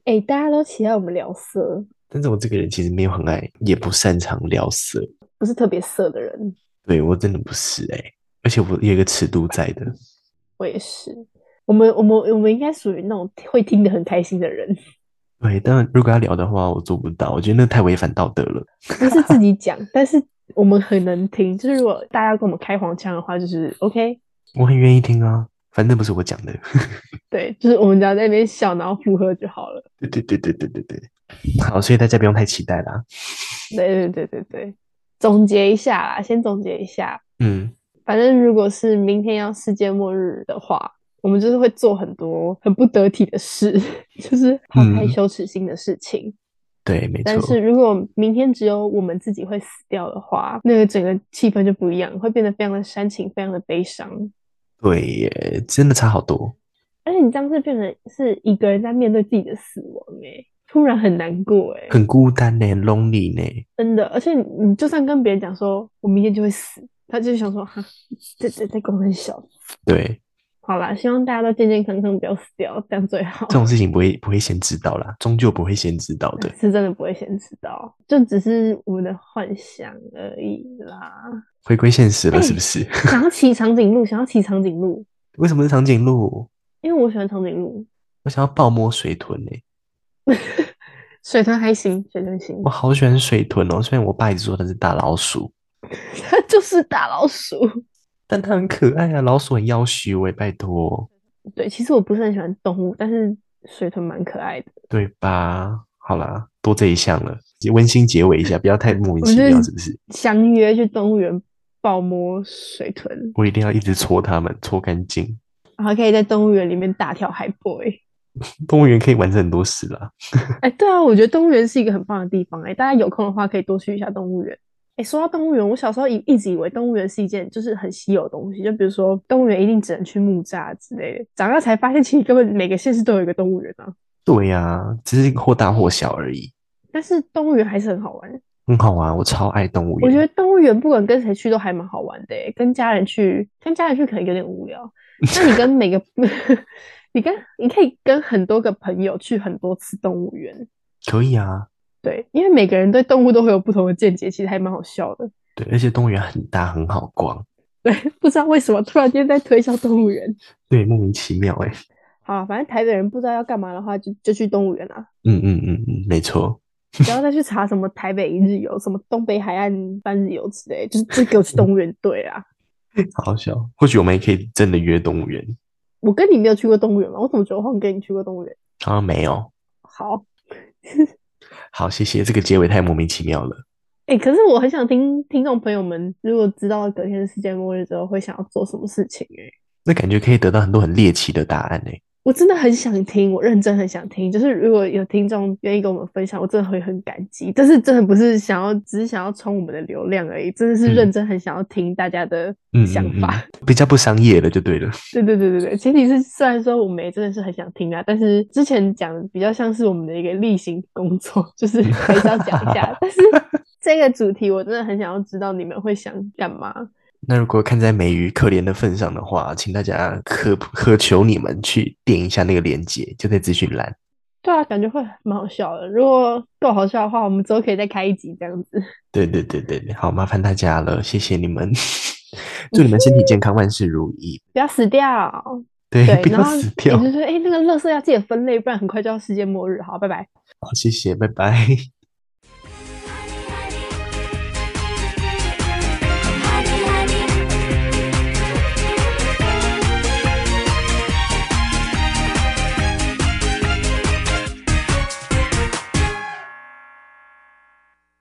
Speaker 2: 哎、大家都期待我们聊色，
Speaker 1: 但是我这个人其实没有很爱，也不擅长聊色，
Speaker 2: 不是特别色的人，
Speaker 1: 对我真的不是哎、而且我有一个尺度在的。
Speaker 2: 我也是。我们我们我们应该属于那种会听得很开心的人，
Speaker 1: 对，但如果要聊的话，我做不到，我觉得那太违反道德了。
Speaker 2: 不是自己讲，但是我们很能听，就是如果大家跟我们开黄腔的话，就是 OK，
Speaker 1: 我很愿意听啊，反正不是我讲的。 [LAUGHS]
Speaker 2: 对，就是我们只要在那边笑，然后附和就好了。
Speaker 1: 对对对对对对对，好，所以大家不用太期待啦。
Speaker 2: 对对对对对，总结一下啦，先总结一下。
Speaker 1: 嗯，
Speaker 2: 反正如果是明天要世界末日的话，我们就是会做很多很不得体的事， [LAUGHS] 就是抛开
Speaker 1: 嗯
Speaker 2: 羞耻心的事情。
Speaker 1: 对，没
Speaker 2: 但
Speaker 1: 错
Speaker 2: 是，如果明天只有我们自己会死掉的话，那个整个气氛就不一样，会变得非常的煽情，非常的悲伤。
Speaker 1: 对耶，真的差好多。
Speaker 2: 而且你这样是变成是一个人在面对自己的死亡、欸，突然很难过、欸，
Speaker 1: 很孤单呢，lonely 呢。
Speaker 2: 真的。而且你你就算跟别人讲说我明天就会死，他就想说哈，这这在公很小。
Speaker 1: 对，
Speaker 2: 好啦，希望大家都健健康康，不要死掉，这样最好
Speaker 1: 这。种事情不会不会先知道啦，终究不会先知道的，
Speaker 2: 是真的不会先知道，就只是我们的幻想而已啦。
Speaker 1: 回归现实了，
Speaker 2: 哎
Speaker 1: 是不是？ [LAUGHS]
Speaker 2: 想要骑长颈鹿，想要骑长颈鹿，
Speaker 1: 为什么是长颈鹿？
Speaker 2: 因为我喜欢长颈鹿。
Speaker 1: 我想要抱摸水豚欸呢，
Speaker 2: 水豚还行，水豚行
Speaker 1: 我，好喜欢水豚哦。虽然我爸一直说它是大老鼠，
Speaker 2: 它 [LAUGHS] 就是大老鼠。
Speaker 1: 但它很可爱啊，老鼠很要羞哎，拜托，
Speaker 2: 对，其实我不是很喜欢动物，但是水豚蛮可爱的。
Speaker 1: 对吧？好啦，多这一项了，温馨结尾一下，不要太莫名
Speaker 2: 我
Speaker 1: 其
Speaker 2: 就
Speaker 1: 妙，是不是？
Speaker 2: 相约去动物园抱摸水豚，
Speaker 1: 我一定要一直搓它们，搓干净。
Speaker 2: 然后可以在动物园里面大跳海欸 boy。
Speaker 1: 动物园可以完成很多事啦，
Speaker 2: [LAUGHS] 哎，对啊，我觉得动物园是一个很棒的地方。哎，大家有空的话可以多去一下动物园。哎，说到动物园，我小时候一一直以为动物园是一件就是很稀有的东西，就比如说动物园一定只能去木栅之类的。长大才发现，其实根本每个县市都有一个动物园啊。
Speaker 1: 对呀、只是或大或小而已，
Speaker 2: 但是动物园还是很好玩。
Speaker 1: 很好玩。我超爱动物园，
Speaker 2: 我觉得动物园不管跟谁去都还蛮好玩的欸，跟家人去，跟家人去可能有点无聊。那你跟每个， [LAUGHS] 你跟你可以跟很多个朋友去很多次动物园，
Speaker 1: 可以啊。
Speaker 2: 对，因为每个人对动物都会有不同的见解，其实还蛮好笑的。 [LAUGHS]
Speaker 1: 对，而且动物园很大，很好逛。
Speaker 2: 对，不知道为什么突然间在推销动物园。
Speaker 1: 对，莫名其妙哎、
Speaker 2: 好啊，反正台北人不知道要干嘛的话，就就去动物园啦，
Speaker 1: 嗯嗯嗯嗯，没错。
Speaker 2: 不要再去查什么台北一日游、什么东北海岸半日游之类，就是就给我去动物园对啊。
Speaker 1: 好笑。或许我们也可以真的约动物园，
Speaker 2: 我跟你没有去过动物园吗？我怎么觉得我好像跟你去过动物园？
Speaker 1: 好像啊没有。
Speaker 2: 好。
Speaker 1: 好，谢谢。这个结尾太莫名其妙了。
Speaker 2: 哎、可是我很想听听众朋友们，如果知道隔天是世界末日之后，会想要做什么事情、欸？
Speaker 1: 那感觉可以得到很多很猎奇的答案哎、
Speaker 2: 我真的很想听，我认真很想听。就是如果有听众愿意跟我们分享，我真的会很感激。但是真的不是想要，只是想要冲我们的流量而已，真的是
Speaker 1: 嗯
Speaker 2: 认真很想要听大家的
Speaker 1: 嗯，
Speaker 2: 想
Speaker 1: 嗯
Speaker 2: 法。 [LAUGHS]
Speaker 1: 嗯比较不商业了就对了。
Speaker 2: 对对对对对，前提是虽然说我们也真的是很想听啊，但是之前讲的比较像是我们的一个例行工作， [LAUGHS] 就是还是要讲一下。但 [LAUGHS] 是这个主题我真的很想要知道你们会想干嘛。
Speaker 1: 那如果看在美鱼可怜的份上的话，请大家渴渴求你们去点一下那个链接，就在资讯栏。
Speaker 2: 对啊，感觉会蛮好笑的。如果够好笑的话，我们之后可以再开一集这样子。
Speaker 1: 对对对对对，好，麻烦大家了，谢谢你
Speaker 2: [LAUGHS]
Speaker 1: 们，祝你们身体健康，万事如意。
Speaker 2: 不要死掉，
Speaker 1: 对，
Speaker 2: 对，
Speaker 1: [LAUGHS] 不
Speaker 2: 然
Speaker 1: 要
Speaker 2: 后嗯
Speaker 1: 死
Speaker 2: 也
Speaker 1: 掉。
Speaker 2: 就是说，哎、那个垃圾要记得分类，不然很快就要世界末日。好，拜拜。
Speaker 1: 好，谢谢，拜拜。